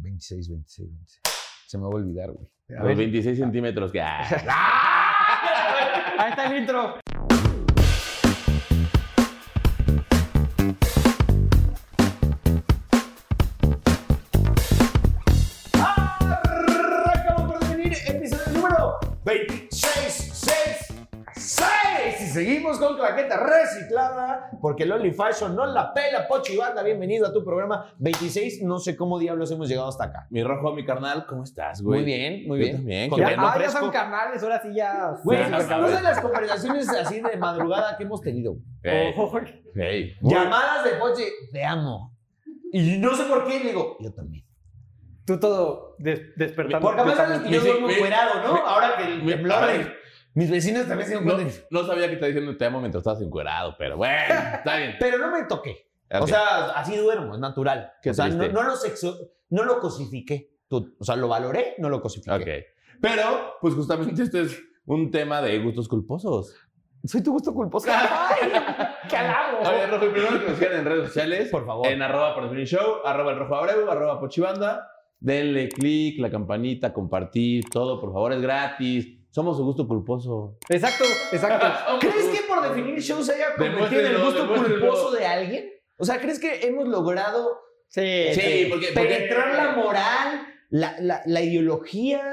26, 26, 26. Se me va a olvidar, güey. A los 26 centímetros. que- ¡Ah! Ahí está el intro. Arrancamos por definir episodio número 26, 6, 6. Y seguimos con claqueta reciclada porque el Only Fashion no la pela, Pochi Banda. Bienvenido a tu programa 26. No sé cómo diablos hemos llegado hasta acá. Mi rojo, mi carnal, ¿cómo estás, güey? Muy bien, muy Yo bien. también, Con qué Ya, vino bueno. ah, ya fresco. son carnales, ahora sí ya. Güey, Ya, no no de las conversaciones así de madrugada que hemos tenido. Ey, Oh, ey. Llamadas de Pochi, te amo. Y no sé por qué, le digo, yo también. tú todo des- despertando. Porque a Yo veces también. es que yo Mi- duermo mi- encuerado, ¿no? mi- Ahora que el mi- temblor a de- ver. Mis vecinos también se dieron No, cuenta. de- no sabía que estaba diciendo te amo mientras estabas encuerado, pero bueno, está bien. Pero no me toqué. O Ok. sea, así duermo, es natural. Qué o sea, no, triste. no lo sexo, no lo cosifiqué. Tú- o sea, lo valoré, no lo cosifiqué. Ok. Pero, pues justamente esto es un tema de gustos culposos. Soy tu gusto culposo. ¡Qué halago! A ver, Rojo, y primero que nos sigan en redes sociales. Por favor. En arroba por definir show, arroba el rojo abreu, arroba pochibanda. Denle click, la campanita, compartir, todo, por favor, es gratis. Somos su gusto culposo. Exacto, exacto. ¿Crees que por definir show se haya convertido en el Demuéstrenlo, gusto demuéstrenlo. culposo de alguien? O sea, ¿crees que hemos logrado eh, Sí. Sí, porque, porque- eh, penetrar la moral, la, la- la ideología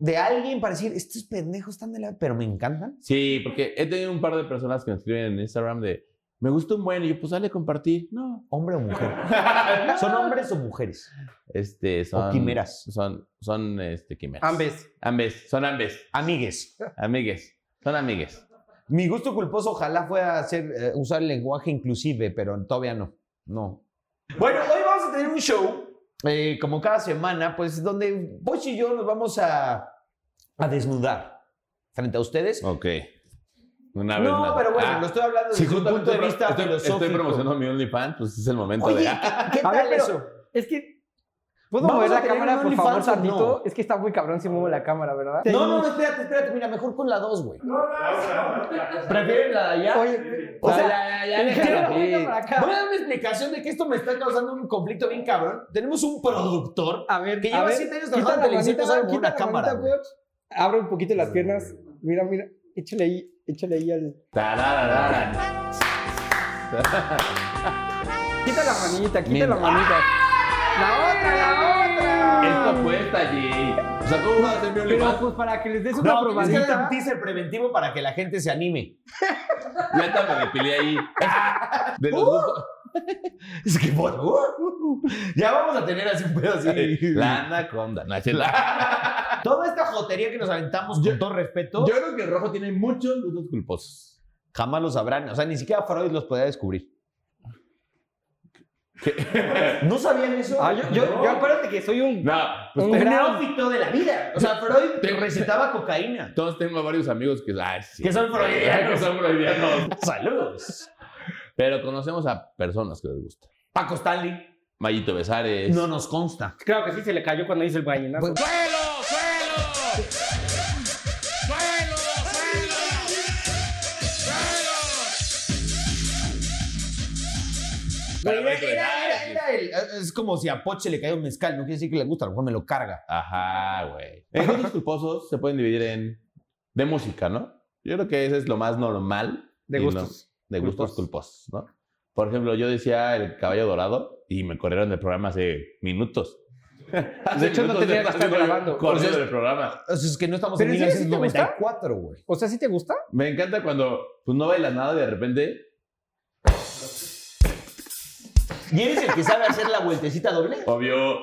de alguien para decir, estos pendejos están de la... Pero me encantan. Sí, porque he tenido un par de personas que me escriben en Instagram de me gusta un buen y yo pues dale compartir. No. Hombre o mujer. ¿Son hombres o mujeres? Este, son quimeras. Son son este quimeras. Ambes. Ambes, son ambes. Amigues. Amigues. Son amigues. Mi gusto culposo ojalá fuera hacer, eh, usar el lenguaje inclusive, pero todavía no. No. Bueno, hoy vamos a tener un show, eh, como cada semana, pues donde Boch y yo nos vamos a, a desnudar frente a ustedes. Ok. Una vez no, más. pero bueno, Ah, lo estoy hablando si desde un justamente punto de pro- vista estoy, estoy filosófico. promocionando mi OnlyFans, pues es el momento Oye, de... ¿qué, qué A ver, tal pero- eso? Es que. ¿Puedo Vamos mover a la tener cámara, un por favor, OnlyFans o no? tantito? Es que está muy cabrón si muevo la cámara, ¿verdad? No, no, no, espérate, espérate. Mira, mejor con la 2, güey. ¿Prefieren la de allá? Oye, O o sea, sea, ya, en general, venga para acá. Voy a dar una explicación de que esto me está causando un conflicto bien cabrón. Tenemos un productor a ver, que a lleva ver, 7 años quita trabajando en la televisión y no manita, sabe mover quita una la cámara. manita, güey. güey. Abre un poquito las piernas. Mira, mira, échale ahí, échale ahí al. Tarararara. Quita la manita, quita Mira. la manita. La otra, la otra. Esto cuesta, Jay. O sea, ¿cómo vas a hacer mi Pero OnlyFans? pues para que les des una No, tienes que dar probadita. un teaser preventivo para que la gente se anime. Ya hasta me depilé ahí. De los gustos. Es que bueno, uh, uh, ya vamos a tener así un pedo así. La anaconda. No, es cierto. Toda esta jotería que nos aventamos, con todo respeto, Yo creo que el rojo tiene muchos gustos culposos. jamás lo sabrán. O sea, ni siquiera Freud los podía descubrir. ¿No sabían eso? Ah, yo, yo, yo acuérdate que soy un. No, pues Un un gran- neófito de la vida. O sea, Freud te recetaba cocaína. todos tengo a varios amigos que, ay, sí. Que son Que freudianos. son freudianos. Saludos. Pero conocemos a personas que les gusta. Paco Stanley. Mayito Besares. No nos consta. Claro que sí se le cayó cuando hizo el bañinazo. Pues- Pero Era- Mayito era- era- Besares. era el- eh, es como si a Poche le cae un mezcal. No quiere decir que le gusta, a lo mejor me lo carga. Ajá, güey. En gustos culposos se pueden dividir en. de música, ¿no? Yo creo que eso es lo más normal. De y lo- gustos. de gustos Culposos. culposos, ¿no? Por ejemplo, yo decía el caballo dorado y me corrieron del programa hace minutos. Hace hecho, no minutos tenía que de- estar grabando. corrido O sea, es- del programa. O sea, es que no estamos en ¿Pero en serio sí te gusta? 1994, güey. O sea, ¿sí te gusta? Me encanta cuando pues, no bailas nada y de repente. Y eres el que sabe hacer la vueltecita doble. Obvio.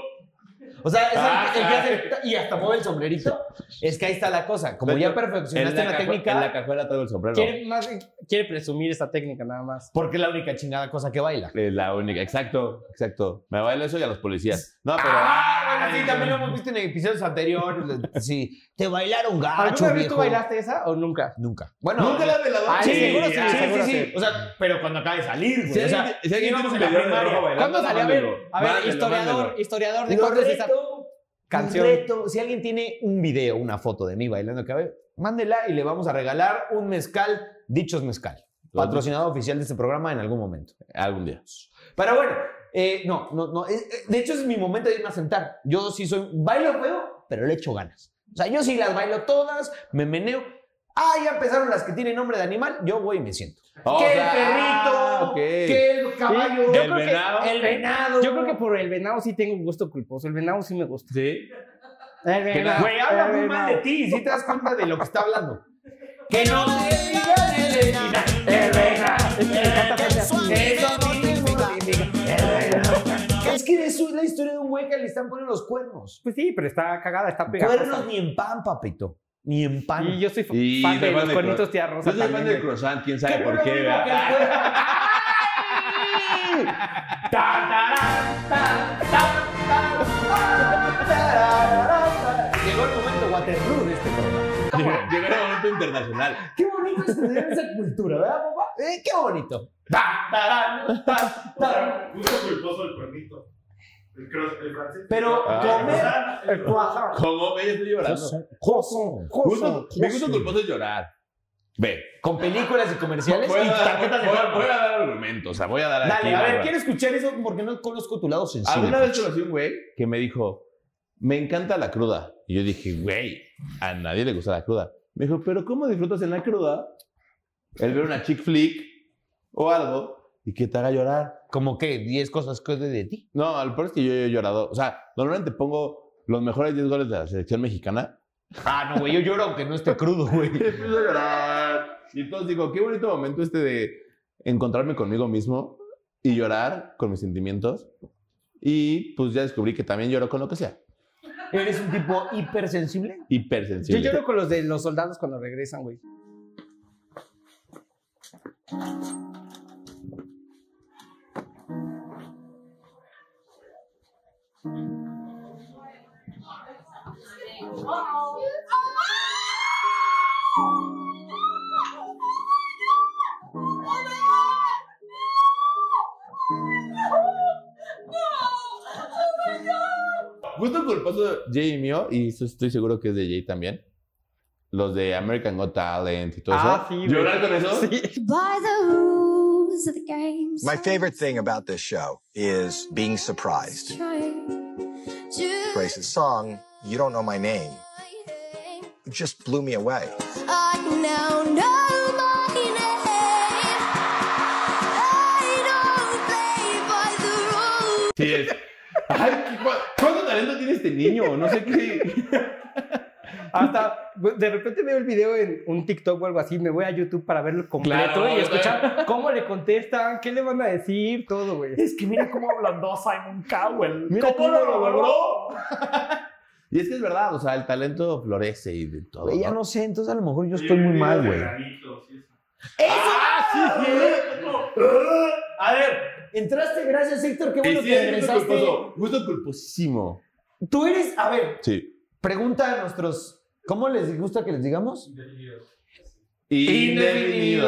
O sea, es Ah, el, que- el que ah. hace ta- y hasta mueve el sombrerito. Es que ahí está la cosa. Como Pero ya yo- perfeccionaste en, la la caja- en la técnica, cajuela traigo el sombrero. Quiere, más, quiere presumir esta técnica nada más. porque es la única chingada cosa que baila. Es Eh, la única. Exacto, exacto. Me bailo eso y a los policías. No, pero. Ah, bueno, sí, también lo hemos visto en episodios anteriores. Sí, te bailaron gacho, ¿Alguna vez viejo. tú bailaste esa o nunca? Nunca. Bueno, Nunca la bailado. Ah, sí, sí, seguro sí, ya, sí, seguro sí, sí. O sea, pero cuando acaba de salir, güey. Si o alguien- sea, si alguien íbamos tiene en un la video de primaria. rojo bailando, ¿Cuándo salió? A ver, mándamelo. a ver Mándamelo, historiador, mándamelo. historiador de Lo cuándo es esa reto, canción. reto, si alguien tiene un video, una foto de mí bailando cabello, mándela y le vamos a regalar un mezcal, dichos mezcal. Patrocinado oficial de este programa en algún momento. Algún día. Pero bueno, Eh, no, no, no. eh, eh, De hecho, es mi momento de irme a sentar. Yo sí soy. Bailo feo, pero le echo ganas. O sea, yo sí las bailo todas, me meneo. Ah, ya empezaron las que tienen nombre de animal. Yo voy y me siento. O que sea, ah, el perrito, ok. que ah, el caballo, Sí, yo ¿El creo que- venado? el venado. Yo creo que por el venado sí tengo un gusto culposo. El venado sí me gusta. Sí. El venado. Güey, habla el muy mal de venado. ti. Si te das cuenta de lo que está hablando. Que no te digan el venado. El venado. Eso mismo significa el venado. Es que eso es la historia de un güey que le están poniendo los cuernos. Pues sí, pero está cagada, está Cuernos Ah, pegajosa. ni en pan, papito. Ni en pan. Y yo soy fa- Y soy fan de fan los de cuernitos tía Rosa. Yo soy fan también, del güey. croissant, quién sabe por qué, ¿verdad? Llegó el momento Waterloo de este programa. Llega- Llegará un momento internacional. Qué bonito es tener esa cultura, ¿verdad, papá? Eh, qué bonito. Ta, tarán, ta, tarán. Gusto culposo del cuernito. El, cro- el francés. Pero Ah. comer El croissant. croissant. Como ve, yo estoy llorando. Croissant. Gusto- Mi gusto culposo es llorar. Ve. Con películas y comerciales Voy a y dar- tarjetas de voy a- juego. Voy a dar argumentos, o sea, voy a dar aquí, Dale, a ver, bárbaro. quiero escuchar eso porque no conozco tu lado sensible. Alguna vez conocí un güey que me dijo, me encanta la cruda. Y yo dije, güey, a nadie le gusta la cruda. Me dijo, pero ¿cómo disfrutas en la cruda? El ver una chick flick o algo y que te haga llorar. Como que 10 cosas que odio de ti. No, lo peor es que yo he llorado. O sea, normalmente pongo los mejores 10 goles de la selección mexicana. Ah, no, güey, yo lloro aunque no esté crudo, güey. Y empiezo a llorar. Y entonces digo, qué bonito momento este de encontrarme conmigo mismo y llorar con mis sentimientos. Y pues ya descubrí que también lloro con lo que sea. ¿Eres un tipo hipersensible? Yo Hipersensible. lloro con los de los soldados cuando regresan, güey. Gusto culposo Jay y mío, y eso estoy seguro que es de Jay también. Los de American Got Talent y todo Ah, eso. sí, güey. ¿Llorar con eso? Sí. by the rules of the game. My so favorite thing about this show is being let's surprised. try to Grace's song, You Don't Know My Name, just blew me away. I now know my name. I don't play by the rules. Sí, es. Ay, qué gua- ¿cuánto talento tiene este niño? No sé qué. Hasta güey, de repente veo el video en un TikTok o algo así, me voy a YouTube para verlo completo Claro, y escuchar cómo le contestan, qué le van a decir, todo, güey. Es que mira cómo ablandó Simon Cowell. Mira ¿Cómo, cómo lo lo logró? Y es que es verdad, o sea, el talento florece y de todo. Güey, ya ¿no? no sé, entonces a lo mejor yo estoy muy mal, güey. ¡Ah, sí, sí! A ver, entraste, gracias Héctor, qué Y bueno sí, que es gusto regresaste. culposo. Gusto culposísimo. Tú eres, a ver, Pues, Sí. pregunta a nuestros, ¿cómo les gusta que les digamos? Nos Defínate.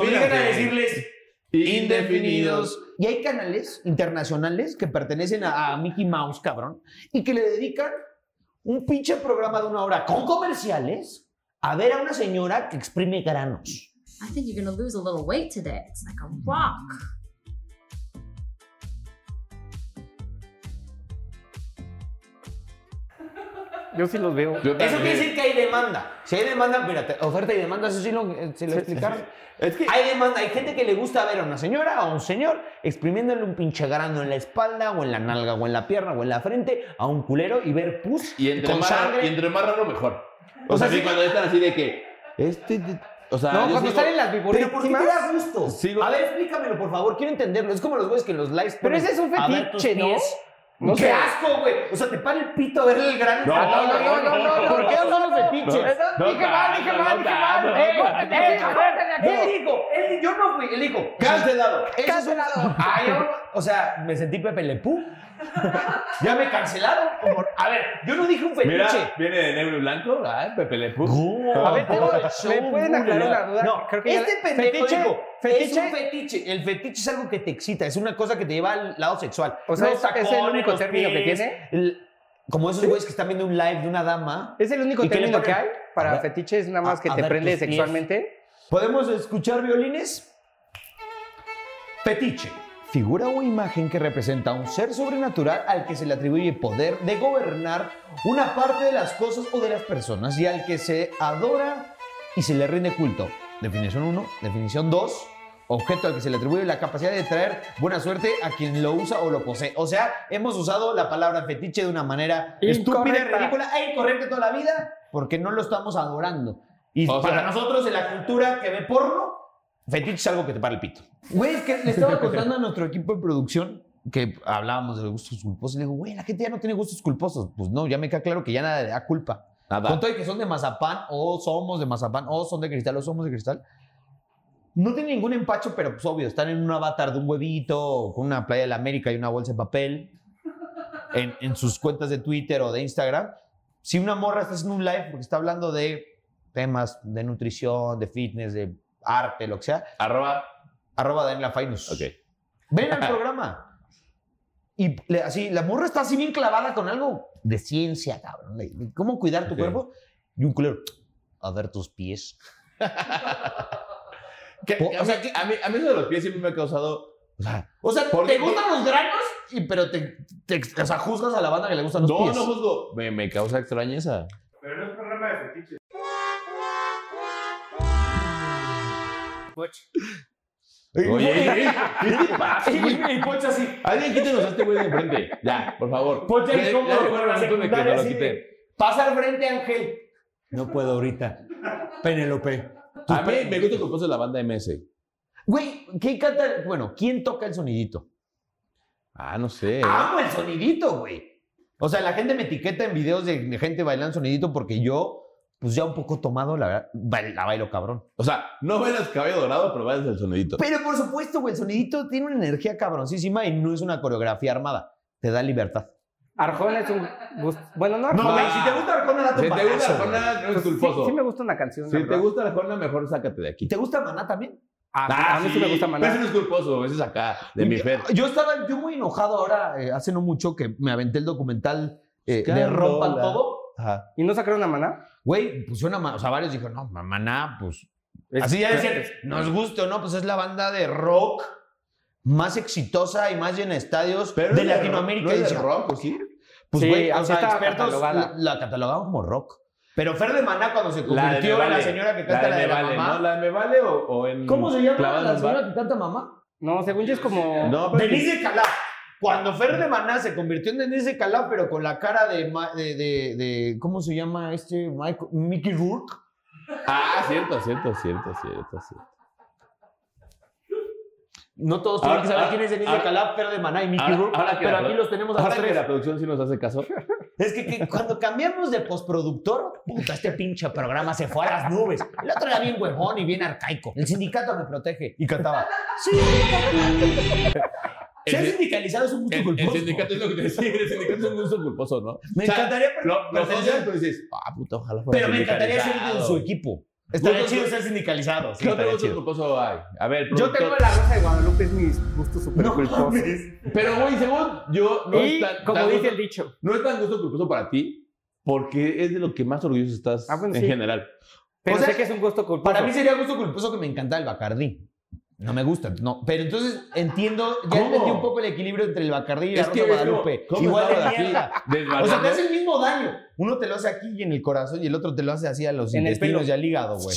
obligan a decirles indefinidos. Y hay canales internacionales que pertenecen a, a Mickey Mouse, cabrón, y que le dedican un pinche programa de una hora con comerciales a ver a una señora que exprime granos. I think you're gonna lose a little weight today. It's like a rock. Yo sí los veo. Yo Eso quiere también. decir que hay demanda. Si hay demanda, fíjate, oferta y demanda, eso sí lo, eh, se lo explicaron. Es que Hay demanda, hay gente que le gusta ver a una señora o a un señor exprimiéndole un pinche grano en la espalda o en la nalga o en la pierna o en la frente a un culero y ver pus Y entre, con más, sangre. y entre más raro, mejor. O, O sea, sea, sí, sí. cuando están así de que. Este. O sea, No, yo cuando sigo- están en las Pero ¿por qué te da viborísimas. gusto? Sigo- A ver, explícamelo, por favor. Quiero entenderlo. Es como los güeyes que en los lives... Pero ponen, ese es un "A ver tus fetiche, ¿no? pies". No ¡Qué sé. asco, güey! O sea, te para el pito a ver el gran... No, no, no, no, no, no, no. ¿Por qué son los fetiches? No, Dije mal, dije no, mal, no, dije no, mal. no, Eh, no, eh, no, eh, eh, Él dijo, él, yo no fui, él dijo. ¡Cancelado! Eso es un Ay, yo- o sea, me sentí Pepe Lepú. ya me cancelaron. Como- A ver, yo no dije un Mira, fetiche. viene de negro y blanco. Ay, Pepe Le Pew. A ver, tengo- Show, ¿me pueden aclarar no, una duda? No, Creo que ya este la- pendejo ¿Fetiche? dijo, es ¿Fetiche? un fetiche. El fetiche es algo que te excita, es una cosa que te lleva al lado sexual. O sea, Los ¿es- es el tacones, único los término que pies, tiene? el- como esos güeyes que están viendo un live de una dama. Es el único ¿Y qué le término que hay ponen? A para ver, fetiches, nada más a- que a te ver prende tus pies. sexualmente. ¿Podemos escuchar violines? Fetiche. figura o imagen que representa a un ser sobrenatural al que se le atribuye poder de gobernar una parte de las cosas o de las personas y al que se adora y se le rinde culto. Definición 1, definición 2, objeto al que se le atribuye la capacidad de traer buena suerte a quien lo usa o lo posee. O sea, hemos usado la palabra fetiche de una manera estúpida, Incorrecta. ridícula e incorrecta toda la vida porque no lo estamos adorando. Y O para sea- nosotros en la cultura que ve porno, fetiche es algo que te para el pito. Güey, es que le estaba contando a nuestro equipo de producción que hablábamos de gustos culposos y le digo, güey, la gente ya no tiene gustos culposos. Pues no, ya me queda claro que ya nada le da culpa. Nada. Con todo y que son de mazapán, o somos de mazapán, o son de cristal, o somos de cristal. No tiene ningún empacho, pero pues obvio, están en un avatar de un huevito, o con una playa de la América y una bolsa de papel, en, en sus cuentas de Twitter o de Instagram. Si una morra está haciendo un live porque está hablando de temas de nutrición, de fitness, de arte, lo que sea, Arroba. arroba Daniela Fainus. Ok. Ven al programa. Y le- así, la morra está así bien clavada con algo de ciencia, cabrón. de- de ¿Cómo cuidar tu Ok. cuerpo? Y un culero, a ver tus pies. Que- Po- o sea, que a, mí, a mí eso de los pies siempre me ha causado. O sea, O sea, ¿Por te qué? gustan los granos, y, pero te, te- o sea, juzgas a la banda que le gustan los no, pies. no juzgo. Me, me causa extrañeza. Pero no es programa de fetiches. Oye, ¿qué te pasa, Y, güey? y Pocho así. Alguien quítenos a este güey de enfrente. Ya, por favor. Ponte Ya- el ya cómodo llegó con el la momento de que secundaria nos lo así quiten. de- Pasa al frente, Ángel. No puedo ahorita. Penélope. A mí me gusta el compuesto de la banda MS. Güey, ¿quién canta? Bueno, ¿quién toca el sonidito? Ah, no sé. Amo el sonidito, güey. O sea, la gente me etiqueta en videos de de gente bailando sonidito porque yo, pues ya un poco tomado, la verdad, bail- la bailo cabrón. O sea, no bailas cabello dorado, pero bailas el sonidito. Pero por supuesto, güey, el sonidito tiene una energía cabroncísima y no es una coreografía armada. Te da libertad. Arjona es un gusto. Bueno, no No, Arjona. güey, si te gusta Arjona, date Si te gusta la jornada, no Pues es sí, culposo. sí me gusta una canción. la Si te verdad. gusta la jornada, mejor sácate de ¿Y aquí. te gusta Maná también? Ah, a mí sí, me gusta Maná. Pero Ese no es culposo, ese es acá, de mi fe. Yo estaba yo muy enojado ahora, eh, hace no mucho, que me aventé el documental eh, de Escándola. Rompan Todo. Ajá. ¿Y no sacaron a Maná? Güey, pusieron a... O sea, varios dijeron, no, ma- Maná, pues Es- Así ya decían, nos guste o no, pues es la banda de rock más exitosa y más llena de estadios Pero de es rock, Latinoamérica. ¿no es Y de dice, rock, ¿o sí? Pues Sí, güey, o así sea, estaba expertos la, catalogada. la catalogaban como rock. Pero Fer de Maná cuando se La de convirtió Me en la Vale. señora que canta la, Me de la Vale, mamá. ¿no? ¿La de Me Vale o, o en. ¿Cómo se llama Clavada en la el bar? señora que canta mamá? No, según yo es como. No, pero. Denise Calaf. Cuando Fer de Maná se convirtió en Denise Calaf, pero con la cara de, ma- de, de- de- ¿cómo se llama este? Michael- Mickey Rourke. Ah, cierto, cierto, cierto, cierto, cierto. No todos tienen Ahora- que saber ahora- quién es Denise ahora- Calaf, Fer de Maná y Mickey ahora- Rourke. ahora que ah, pero la- aquí los tenemos a los Ahora tres. que la producción sí nos hace caso. Es que, que cuando cambiamos de postproductor, puta, este pinche programa se fue a las nubes. El otro era bien huevón y bien arcaico. El sindicato me protege. Y cantaba. Sí, Ser El- sindicalizado es un gusto El, el culposo. sindicato es lo que te decía, el sindicato es un gusto culposo, ¿no? Me O sea, encantaría Lo, lo pertenecer- odias, pero dices, ah, puta, ojalá fuera pero me encantaría ser sindicalizado". de su equipo. Estaría Gusto- chido ser sindicalizado. sí, ¿Qué otro estaría gusto chido. culposo hay? A ver, Yo productor. tengo la rosa de Guadalupe, es mi gusto súper culposo. Pero, güey, según yo, no es Y tan, como tan dice gusto, el dicho, no es tan gusto culposo para ti, porque es de lo que más orgulloso estás Ah, bueno, en sí. general. pero O sea, sé que es un gusto culposo. Para mí sería gusto culposo que me encantara el Bacardí. No me gusta, no. Pero entonces entiendo, ya ¿Cómo? entendí un poco el equilibrio entre el Bacardí y la Rosa ves como- Guadalupe. ¿cómo Igual de estaba mierda. O sea, te desbaratando? hace el mismo daño. Uno te lo hace aquí y en el corazón y el otro te lo hace así a los En el intestinos pelo. y al hígado, güey.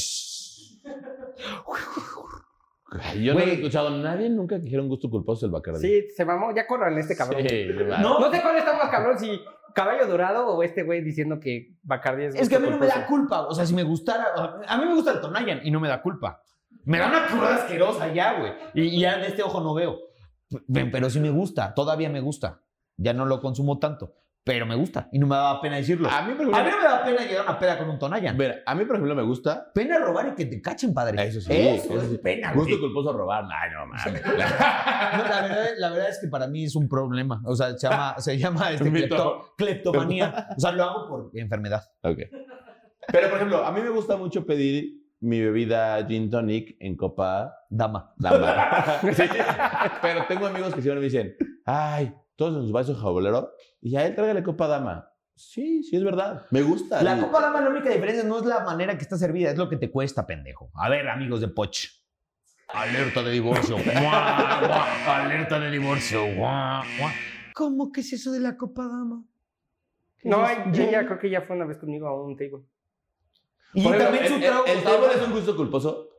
Ay, Yo no he Güey. escuchado a nadie nunca que dijera un gusto culposo el Bacardi. Sí, se mamó, ya corran este cabrón. no. No, sé cuál está más cabrón, si Caballo Dorado o este güey diciendo que Bacardi es Es que a mí no me da culpa. culpa. O sea, si me gustara. A mí me gusta el Tonayan y no me da culpa. Me da una cruda asquerosa ya, güey. Y, y ya de este ojo no veo. Pe- Pero sí me gusta. Todavía me gusta. Ya no lo consumo tanto. Pero me gusta. Y no me daba pena decirlo. A A mí, por mí ejemplo, no me da pena llegar a una peda con un Tonayan. mira, a mí, por ejemplo, me gusta Pena robar y que te cachen, padre. Eso sí, Eso, eso sí. es pena, güey. Gusto culposo robar. Ay, no mames. No, la, verdad, la verdad es que para mí es un problema. O sea, se llama, se llama este, Mito. clepto- cleptomanía. O sea, lo hago por enfermedad. Ok. Pero, por ejemplo, a mí me gusta mucho pedir mi bebida gin tonic en copa Dama. dama. Sí. Pero tengo amigos que siempre me dicen, ay, todos en sus vasos jabolero. Y a él tráigale copa dama. Sí, sí, es verdad. Me gusta. La Y- copa dama, la única diferencia no es la manera que está servida, es lo que te cuesta, pendejo. A ver, amigos de Poch. Alerta de divorcio. Guau, guau. Alerta de divorcio. Guau, guau. ¿Cómo que es eso de la copa dama? No, ella creo que ya fue una vez conmigo a un table. Y Por ejemplo, también su el- trago. El, el table es un gusto culposo.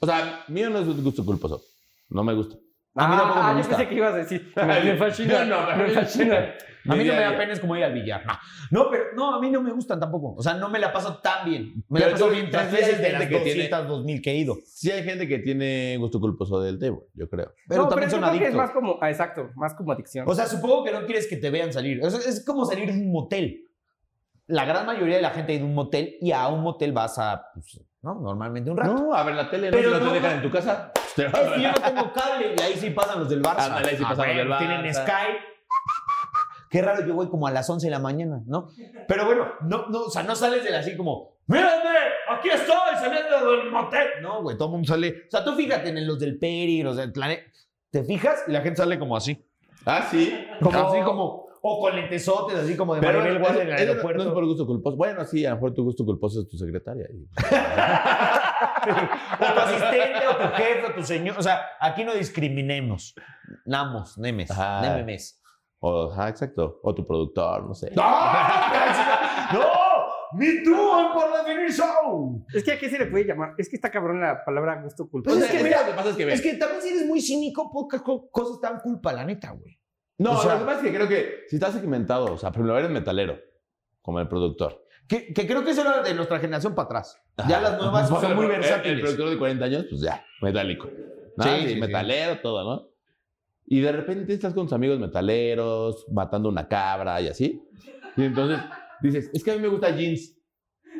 O sea, mío no es un gusto culposo. No me gusta. Ah, A mí tampoco me Ah, yo gusta. pensé que ibas a decir. Me, me fascina. No, no, me fascina. A mí Mi no día me a da día. pena es como ir al billar. No. no, pero no, a mí no me gustan tampoco. O sea, no me la paso tan bien. Me la Pero paso tú- bien tres pero sí hay veces de gente las que tiene- 200, 2000 que he ido. Sí hay gente que tiene gusto culposo del table, yo creo. Pero no, también son pero yo creo que adictos. es más como, ah, exacto, más como adicción. O sea, supongo que no quieres que te vean salir. O sea, es como salir de un motel. La gran mayoría de la gente ha ido a un motel y a un motel vas a, pues, ¿no? Normalmente un rato. No, a ver la tele, no, Pero si no, no, te dejan no. en tu casa. Ah, Te Es que yo no tengo cable y ahí sí pasan los del Barça. Ándale, ahí sí Ah, pasan los bueno, del Tienen Barça. Sky. Qué raro, yo voy como a las 11 de la mañana, ¿no? Pero bueno, no, no, o sea, no sales del así como, ¡Mírenme! ¡Aquí estoy! ¡Saliendo del motel! No, güey, todo el mundo sale. O sea, tú fíjate en los del Peri, los del Planet. Te fijas y la gente sale como así. Ah, sí. Como Ah, así como, o con lentesotes, así como de Pero Maribel bueno, Guardia en el eso- eso no- aeropuerto. No es por gusto culposo. Bueno, sí, a lo mejor tu gusto culposo es tu secretaria. Y- O tu asistente, o tu jefe, o tu señor. O sea, aquí no discriminemos. Namos, nemes, Ajá. nememes. O, ajá, exacto. O tu productor, no sé. ¡No! ¡No! ¡Ni tú por definir show! es que a qué se le puede llamar. Es que está cabrón la palabra gusto culposo. Pues Entonces, es que mira, mira, lo que pasa es que, ve, Es que también si eres muy cínico, pocas co- cosas te dan culpa, la neta, güey. No, o sea- lo que pasa es que creo que si estás segmentado, o sea, primero eres metalero, como el productor. Que, que creo que eso era de nuestra generación para atrás. Ya las nuevas Pues, Bueno, son muy el- El versátiles. productor de 40 años, pues ya, metálico. ¿no? Sí, Así, sí, sí. metalero, todo, ¿no? Y de repente estás con tus amigos metaleros, matando una cabra y así. Y entonces dices, es que a mí me gusta jeans.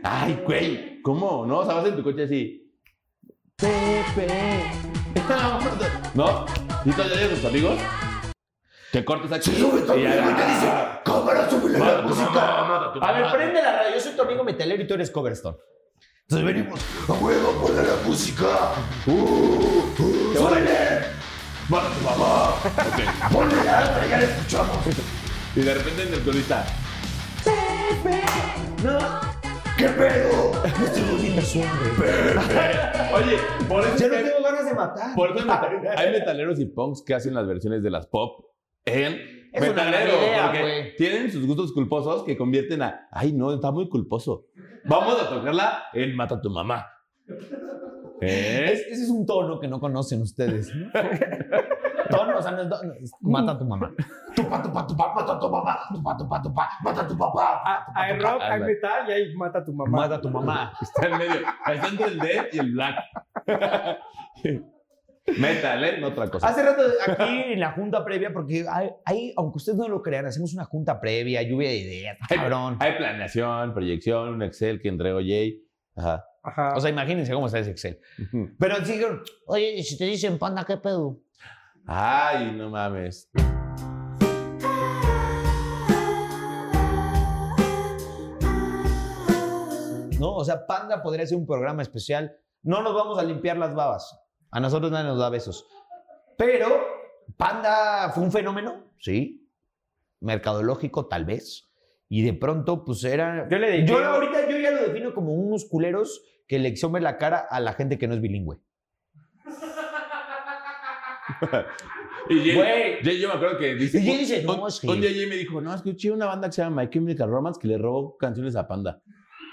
Ay, güey, ¿cómo? ¿No? O sea, vas en tu coche así. Pepe. ¿No? Y todavía llegas a tus amigos. Que cortes aquí. y ya- ¡Cámara, súbele Mata a tu mamá, mata tu A ver, mamá. prende la radio. Yo soy tu amigo metalero y tú eres Coverstone. Entonces venimos. ¡A huevo, ponle la música! ¡Uh! uh ¡Súbele! ¡Mata a tu mamá! ¡Ponle la otra, ya la escuchamos! Y de repente en el turista. ¡Qué pedo! Oye, por eso. Ya no tengo ganas de matar. Por eso hay meta- hay metaleros y punks que hacen las versiones de las pop en Es una gran metalero. idea, porque güey. tienen sus gustos culposos que convierten a, ay no, está muy culposo. Vamos a tocarla en Mata a tu mamá. ¿Eh? Es- ese es un tono que no conocen ustedes. ¿no? tono, o sea, no es, tono, es mata a tu mamá. ¡Tupa, tupa, tupa! ¡Mata a tu mamá! ¡Tupa, tupa, tupa! ¡Mata a tu papá! Ah, Hay rock, hay metal y hay mata a tu mamá. Mata a tu mamá. Está en medio. Está entre el dead y el black. Metal, ¿eh? No otra cosa. Hace rato aquí en la junta previa, porque hay, hay- aunque ustedes no lo crean, hacemos una junta previa, lluvia de ideas, cabrón. Hay planeación, proyección, un Excel que entregó Jay. Ajá. Ajá. O sea, imagínense cómo está ese Excel. Pero sí, dijeron, oye, ¿y si te dicen panda, ¿qué pedo? Ay, no mames. No, o sea, panda podría ser un programa especial. No nos vamos a limpiar las babas. A nosotros nadie nos da besos. Pero, panda fue un fenómeno, sí. Mercadológico, tal vez. Y de pronto, pues era. Yo le dediqué- Yo ahorita yo ya lo defino como unos culeros que le exhumen la cara a la gente que no es bilingüe. Y Jay, Güey. Jay, yo me acuerdo que dice. Y Jay dice, un, no, es que- un día Jay me dijo, no, escuché una banda que se llama My Chemical Romance que le robó canciones a Panda.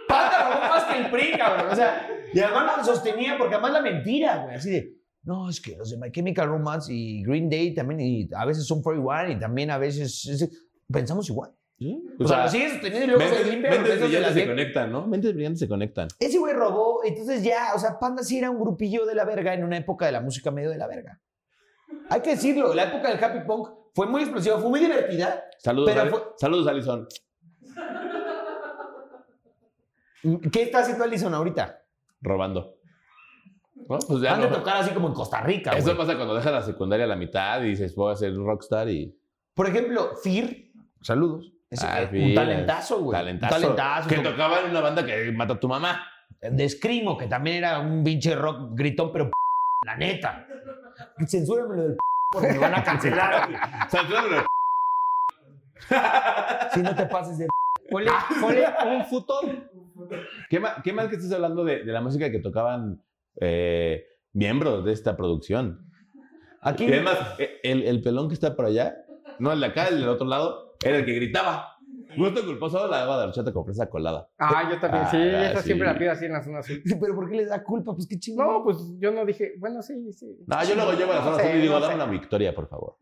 Panda robó más que el PRI, cabrón. O sea, y además la sostenía porque además la mentira, güey. Así de, no, es que los de My Chemical Romance y Green Day también, y a veces son 41 y también a veces es- pensamos igual. ¿Sí? O, sea, lo sigue sosteniendo y luego mentes, se limpia los mentes besos de la brillantes se gente. conectan, ¿no? Mentes brillantes se conectan. Ese güey robó, entonces ya, o sea, Panda sí era un grupillo de la verga en una época de la música medio de la verga. Hay que decirlo, la época del happy punk fue muy explosiva, fue muy divertida. Saludos, Pero Al- fue- saludos Alison. ¿Qué está haciendo Alison ahorita? Robando. ¿No? Pues ya Han de no. tocar así como en Costa Rica, Eso güey. pasa cuando dejas la secundaria a la mitad y dices, voy a ser un rockstar y. Por ejemplo, Fear. Saludos. Es Ah, un Fear, talentazo, güey. Talentazo. Un talentazo. Que como- tocaba en una banda que mata a tu mamá. de Screamo, que también era un pinche rock gritón, pero p- la neta. Censúrenme lo del p- porque me van a cancelar. güey. O sea, claro, lo- si no te pases de Ponle, ponle un futón. ¿Qué, ma- qué mal que estés hablando de, de la música que tocaban eh, miembros de esta producción. Aquí. Y además, e- el, el pelón que está por allá, no el de acá, el del otro lado, era el que gritaba. Gusto culposo, la agua de horchata con fresa colada. Ah, yo también, sí, Ah, esa sí. siempre la pido así en la zona azul. Pero ¿por qué les da culpa? Pues qué chingón. No, pues yo no dije, bueno, sí, sí. No, yo luego llevo a la zona sé, azul y digo, no dame sé. una victoria, por favor.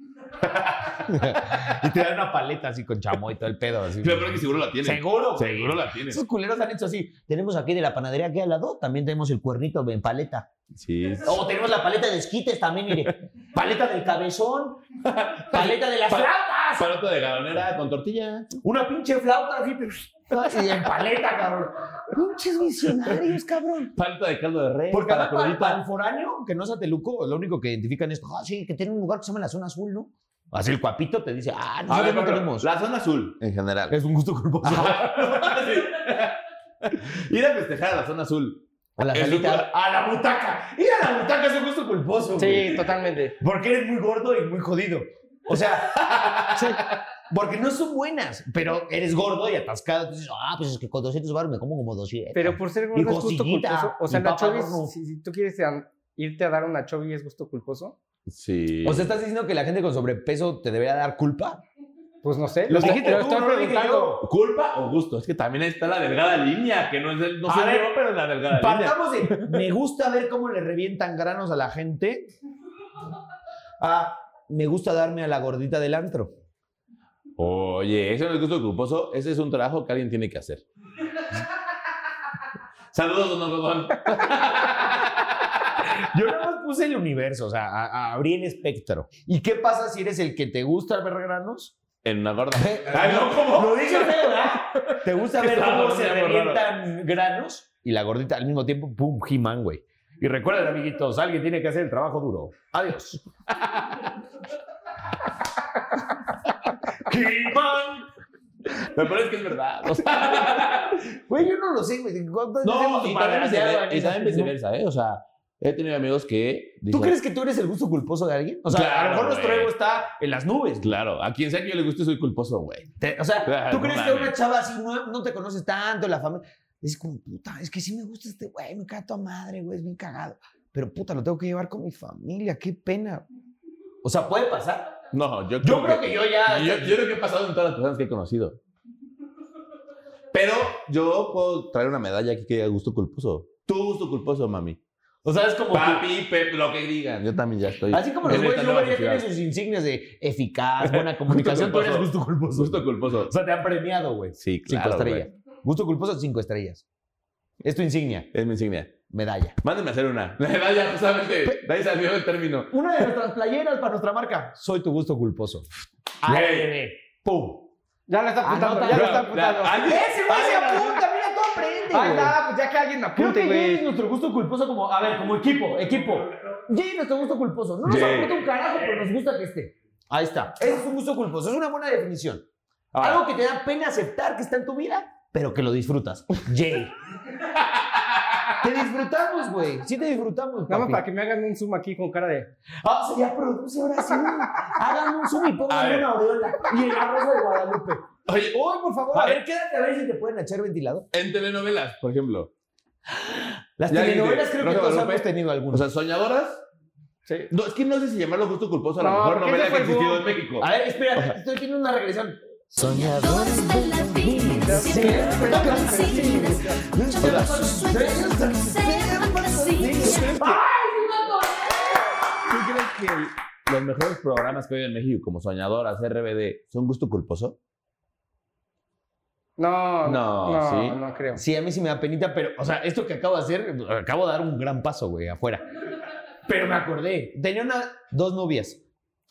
Y te dan una paleta así con chamoy y todo el pedo. Así. Claro que seguro la tiene. Seguro. güey. Seguro la tiene. Esos culeros han hecho así. Tenemos aquí de la panadería aquí al lado, también tenemos el cuernito en paleta. Sí. O tenemos la paleta de esquites también, mire. Paleta del cabezón, paleta de las Pa- flautas. Palota de galonera con tortilla. Una pinche flauta así, pero- y en paleta, cabrón. Pinches visionarios, cabrón. Palota de caldo de res. Porque para además, para, crudita. para el foráneo, que no es Ateluco, lo único que identifican es, ah, sí, que tiene un lugar que se llama la zona azul, ¿no? Así el cuapito te dice, ah, A nosotros ver, no pero tenemos. La zona azul, en general. Es un gusto culposo. Sí. Ir a festejar a la zona azul. A la Es un- salita. a la butaca. Ir a la butaca es un gusto culposo. güey. Sí, totalmente. Porque eres muy gordo y muy jodido. O sea, sí, porque no son buenas, pero eres gordo y atascado. Entonces, ah, pues es que con 200 baros me como como 200. Pero por ser Y gordo es gusto costillita, culposo. O sea, y la papa chovis, rojo. si, si tú quieres a- irte a dar una chovis, ¿es gusto culposo? Sí. O sea, ¿estás diciendo que la gente con sobrepeso te debería dar culpa? Pues no sé. Lo lo- dijiste lo tú, estoy no lo dije preguntando. yo. ¿Culpa o gusto? Es que también está la delgada línea, que no es el, no A sé ver, yo, pero la delgada línea. Partamos de. Me gusta ver cómo le revientan granos a la gente. Ah, me gusta darme a la gordita del antro. Oye, eso no es gusto culposo, ese es un trabajo que alguien tiene que hacer. Saludos, don Algodón. Yo nada más puse el universo, o sea, a- a- abrí el espectro. ¿Y qué pasa si eres el que te gusta ver granos? En una gorda. Ay, no, ¿cómo? Lo dije feo, ¿verdad? ¿Te gusta ver Estaba cómo se dormido, revientan granos? Y la gordita al mismo tiempo, pum, He-Man, güey. Y recuerden, amiguitos, alguien tiene que hacer el trabajo duro. Adiós. He-Man. Me parece que es verdad. O sea, Güey, yo no lo sé, güey. ¿Cuántas veces no, hemos y también, parodiado viceversa, y en también esas, no? viceversa, ¿eh? O sea, he tenido amigos que. ¿Tú dicen, crees que tú eres el gusto culposo de alguien? O sea, a Claro, lo mejor nuestro güey. ego está en las nubes. Claro, a quien sea que yo le guste, soy culposo, güey. Te- o sea, Claro, ¿tú no crees que mames. una chava así no, no te conoces tanto, la familia? Es como, puta, es que sí me gusta este güey, me cae a toda madre, güey, es bien cagado. Pero puta, lo tengo que llevar con mi familia, qué pena. O sea, puede pasar. No, yo, Yo creo que yo ya. Yo, yo creo que he pasado en todas las personas que he conocido. Pero yo puedo traer una medalla aquí que diga gusto culposo. Tu gusto culposo, mami. o sea, es como. Papi, Pep, lo que digan. Yo también ya estoy. que- así como los en güeyes esta Uber nueva ya tienen sociedad. sus insignias de eficaz, buena comunicación. tú culposo. eres gusto culposo. Gusto culposo. O sea, te han premiado, güey. Sí, Cinco claro. güey. estrellas. Gusto culposo, cinco estrellas. Es tu insignia, Es mi insignia. medalla. Mándenme a hacer una. Medalla, justamente. De ahí salió el término. Una de nuestras playeras para nuestra marca. Soy tu gusto culposo. ARB. ¡Pum! Ya la Ah, está apuntando, Anota, ya la bro, está apuntando. ¡Ese güey se apunta! ¡Mira, tú aprende, Ahí güey! está, pues ya que alguien me Creo apunte, que Jay es güey. nuestro gusto culposo como... A ver, como equipo, equipo. Jay es nuestro gusto culposo. No nos Jay. apunta un carajo, pero nos gusta que esté. Ahí está. Ese es un gusto culposo. Es una buena definición. Algo que te da pena aceptar que está en tu vida, pero que lo disfrutas. Jay. Te disfrutamos, güey. Sí te disfrutamos, Nada más papi. para que me hagan un zoom aquí con cara de. Ah, sería produce ahora sí. Hagan un zoom y A pongan ver. una aureola. Y el arroz de Guadalupe. Oye, Hoy, por favor, a A ver, quédate a ver si te pueden echar ventilador. en telenovelas, por ejemplo. Las Ya telenovelas dice, creo que Rosa todos Guadalupe. hemos tenido O algunas. sea, soñadoras. Sí. No, es que no sé si llamarlo gusto culposo a la No, mejor porque novela ese que ha fue el existido en boom. México. a ver, espera, estoy teniendo una regresión. Todas bailarinas, siempre conocidas. Yo con los sueños que sean posibles. ¿Tú crees que los mejores programas que hay en México, como Soñadoras, RBD, son gusto culposo? No, No, no, no, sí. no creo. Sí, a mí sí me da penita, pero, o sea, esto que acabo de hacer, acabo de dar un gran paso, güey, afuera. Pero me acordé. Tenía una, dos novias.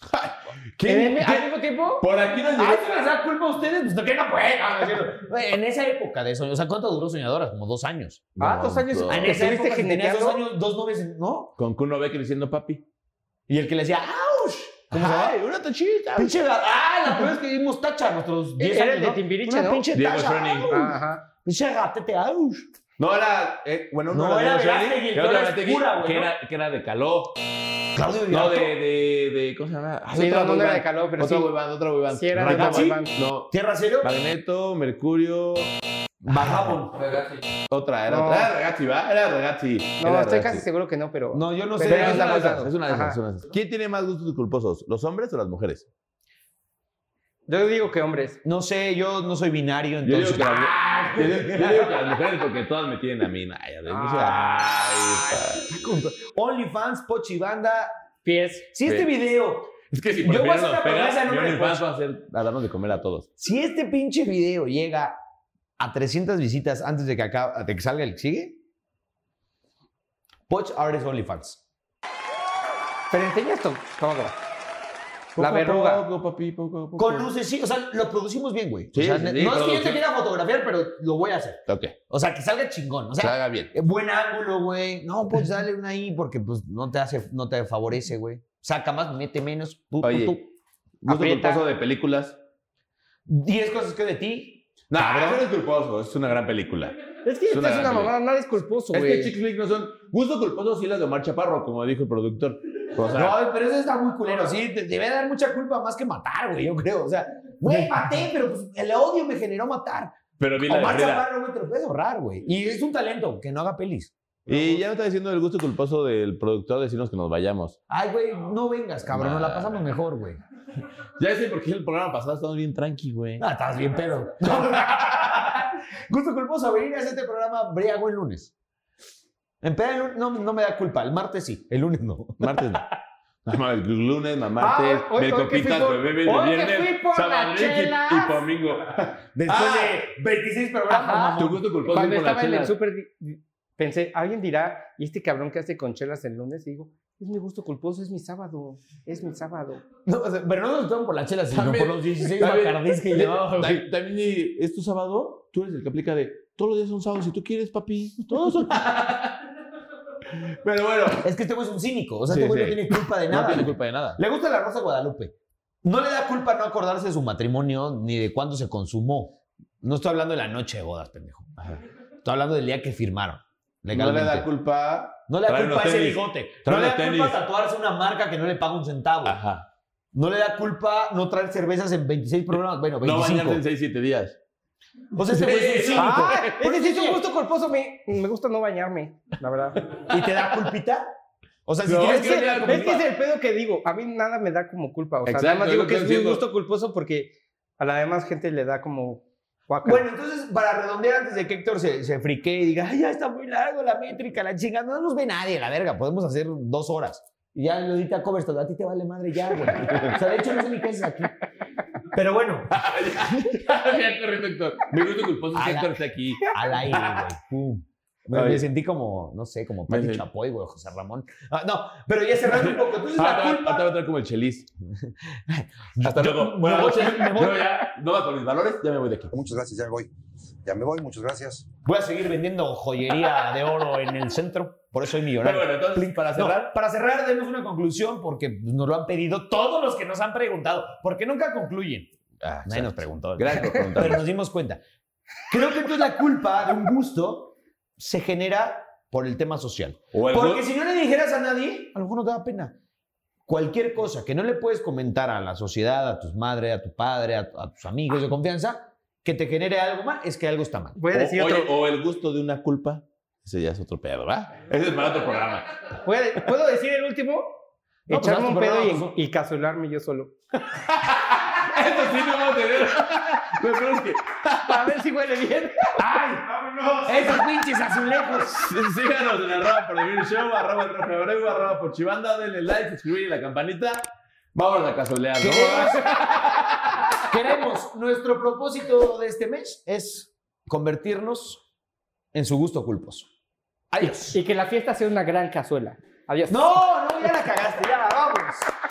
¿En- ¿Quién? ¿Al mismo tiempo? Por aquí nos Ah, llegó. si les da culpa a ustedes, pues no que no puedan. Güey, En esa época de soñadoras, o sea, ¿cuánto duró soñadoras? Como dos años. Ah, dos años. no. En ¿Te esa estuviste época si tenías dos geneteando? años, dos novias, ¿no? Con Kuno Becker diciendo papi. Y el que le decía, ¡Auch! ¿Cómo se llama? Ay, una tachita. Pinche gar- ¡Ah! La primera vez que vimos tacha, nuestros 10 Era años. el de ¿no? Timbiriche, Una ¿no? pinche Diego tacha. Schoening. ¡auch! Ajá. Pinche gatete, ¡auch! No era. eh, bueno, No, de era Diego Schwenning, Verástegui, que no otra era Verástegui, Escura, güey, que ¿no? era- Que era de Caló. Claudio No, Villato. de, de, de. ¿Cómo se llama? Ay, Sí, otra no, no boy era de band. calor, pero sí. Otra boy band, otra boy band. Sí, era de Ragazzi. calor. No. ¿Tierra cero? Magneto, Mercurio. Vagabond. Otra, era No. otra. Era Regazzi, ¿va? Era Regazzi. No, Era estoy Regazzi. casi seguro que no, pero. No, yo no Pero sé. Pero es es una una de de esas, esas. es una de esas, Ajá. es una de esas. ¿Quién tiene más gustos culposos, los hombres o las mujeres? Yo digo que hombres. No sé, yo no soy binario, Yo digo entonces. que las, mu- yo digo- yo digo que las mujeres porque todas me tienen a mí. Nah, ya de inicio, ay, pa. OnlyFans, Pochibanda. Pies. Si este Sí. video, es que si Yo por voy a hacer primero nos una promesa en pegas, yo nombre ni de paso a hacer a darnos de comer a todos. si este pinche video llega a 300 visitas antes de que, acabe, de que salga el que sigue, Poch ahora es OnlyFans. Pero enseña esto todo. La verruga. Poco, papi, poco, poco. Con luces, sí, o sea, lo producimos bien, güey. Sí, o sea, sí, ne- sí, no es que yo te producción. quiera fotografiar, pero lo voy a hacer. Ok, O sea, que salga chingón. O se sea, haga bien. eh, buen ángulo, güey. No, pues dale una ahí porque pues no te hace, no te favorece, güey. Saca más, mete menos. Tú, tú, Oye. tú. Gusto Aprieta. culposo de películas. 10 cosas que de ti. No, pero eso no es culposo, es una gran película. Es que Es esta una es una gran mamada, nada es culposo, Es que güey. chick flick no son. Gusto culposo sí las de Omar Chaparro, como dijo el productor. O sea, No, pero eso está muy culero. Sí, te debe dar mucha culpa más que matar, güey, yo creo. O sea, güey, maté, pero pues el odio me generó matar. pero vi la de Omar Frida. Chaparro, güey, te lo puedes ahorrar, güey. Y es un talento, que no haga pelis. Y ya no está diciendo el gusto culposo del productor decirnos que nos vayamos. Ay, güey, no vengas, cabrón, nos la pasamos mejor, güey. Ya sé por qué el programa pasado estamos bien tranqui, güey. No, estás bien pedo. Gusto culposo venir a hacer este programa briago el lunes. En pedo el lunes no, no me da culpa, el martes sí, el lunes no. Martes no. No mames, lunes, no, martes, Ah, hoy- hoy que melcopitas, fui por- bebé, hoy que fui viernes, por sábado las y, y chelas. domingo. Después Ah. de 26 programas, Ajá. mamón. Tu gusto culposo Ah, Cuando es por estaba las en el chelas. súper, di- di- pensé, alguien dirá, ¿y este cabrón que hace con chelas el lunes? Y digo, es mi gusto culposo, es mi sábado, es mi sábado. No, o sea, pero no nos gustamos por las chelas, sino También- por los 16 también- bacardís que llevaba, güey. Ta- También eh, es tu sábado, tú eres el que aplica de todos los días son sábados si tú quieres, papi. Todos son. Pero bueno, Es que este güey es un cínico. O sea, Sí, este güey sí. no tiene culpa de no nada. tiene güey. culpa de nada. Le gusta la Rosa de Guadalupe. No le da culpa no acordarse de su matrimonio ni de cuándo se consumó. No estoy hablando de la noche de bodas, pendejo. Estoy hablando del día que firmaron. No le Legalmente. da culpa. No le da Trae culpa unos ese tenis. bigote. Trae no le da unos tenis. culpa tatuarse una marca que no le paga un centavo. Ajá. No le da culpa no traer cervezas en 26 programas. Bueno, No 25. bañarse en 6, 7 días. o sea, ese güey es un cínico. Ah, Por ese sí es eso- un gusto culposo, me, me gusta no bañarme, la verdad. ¿Y te da culpita? O sea, si No, quieres Es es que, que no te da es que es el pedo que digo, a mí nada me da como culpa, o sea, nada Exacto, más es digo lo que que es estoy mi diciendo. gusto culposo porque a la demás gente le da como guácala. Bueno, entonces, para redondear antes de que Héctor se, se frique y diga, "Ay, ya está muy largo la métrica, la chingada, no nos ve nadie, la verga, podemos hacer dos horas. Y ya lo edita Coverstone, a ti te vale madre ya, güey. O sea, de hecho, no sé ni qué haces aquí. Pero bueno, Ya, correcto, Héctor. Mi gusto culposo es que Ala. Héctor está aquí. al aire, güey. pum. Me, Ay. me sentí como, no sé, como Pati Ay, sí. Chapoy, güey, José Ramón. Ah, no, pero ya cerrando un poco. Entonces, Ah, la te va- culpa... te va a traer como el chelis. Hasta luego. Buenas voy, noches. me voy. Yo ya, no va con mis valores, ya me voy de aquí. Muchas gracias, ya me voy. Ya me voy, muchas gracias. Voy a seguir vendiendo joyería de oro en el centro, por eso soy Pero millonario. bueno, entonces, para No, cerrar, para cerrar, demos una conclusión porque nos lo han pedido todos los que nos han preguntado, porque nunca concluyen. Ah, Nadie nos preguntó. gracias por Pero preguntarme. nos dimos cuenta. Creo que entonces la culpa de un gusto se genera por el tema social. O el Porque gu- si no le dijeras a nadie, a lo mejor no te da pena. Cualquier cosa que no le puedes comentar a la sociedad, a tus madres, a tu padre, a, a tus amigos de confianza, que te genere algo mal, es que algo está mal. voy a decir o, otro. oye, o el gusto de una culpa. Ese ya es otro pedo, ¿va? Ese es para otro programa. Voy a- ¿Puedo decir el último? No, pues, Echarme haz tu un pedo y, programa, y cazularme yo solo. Esto sí no vamos a tener. Lo peor es que A ver si huele bien. ¡Vámonos! Esos pinches azulejos. sí- síganos en arroba por Devir Show, arroba el Rafa Abreu, arroba por Chivanda, denle like, suscribir y la campanita. Vámonos a casolear, ¿no? Queremos, nuestro propósito de este mes es convertirnos en su gusto culposo. Adiós. Y que la fiesta sea una gran cazuela. Adiós. No, no, ya la cagaste, ya, vamos.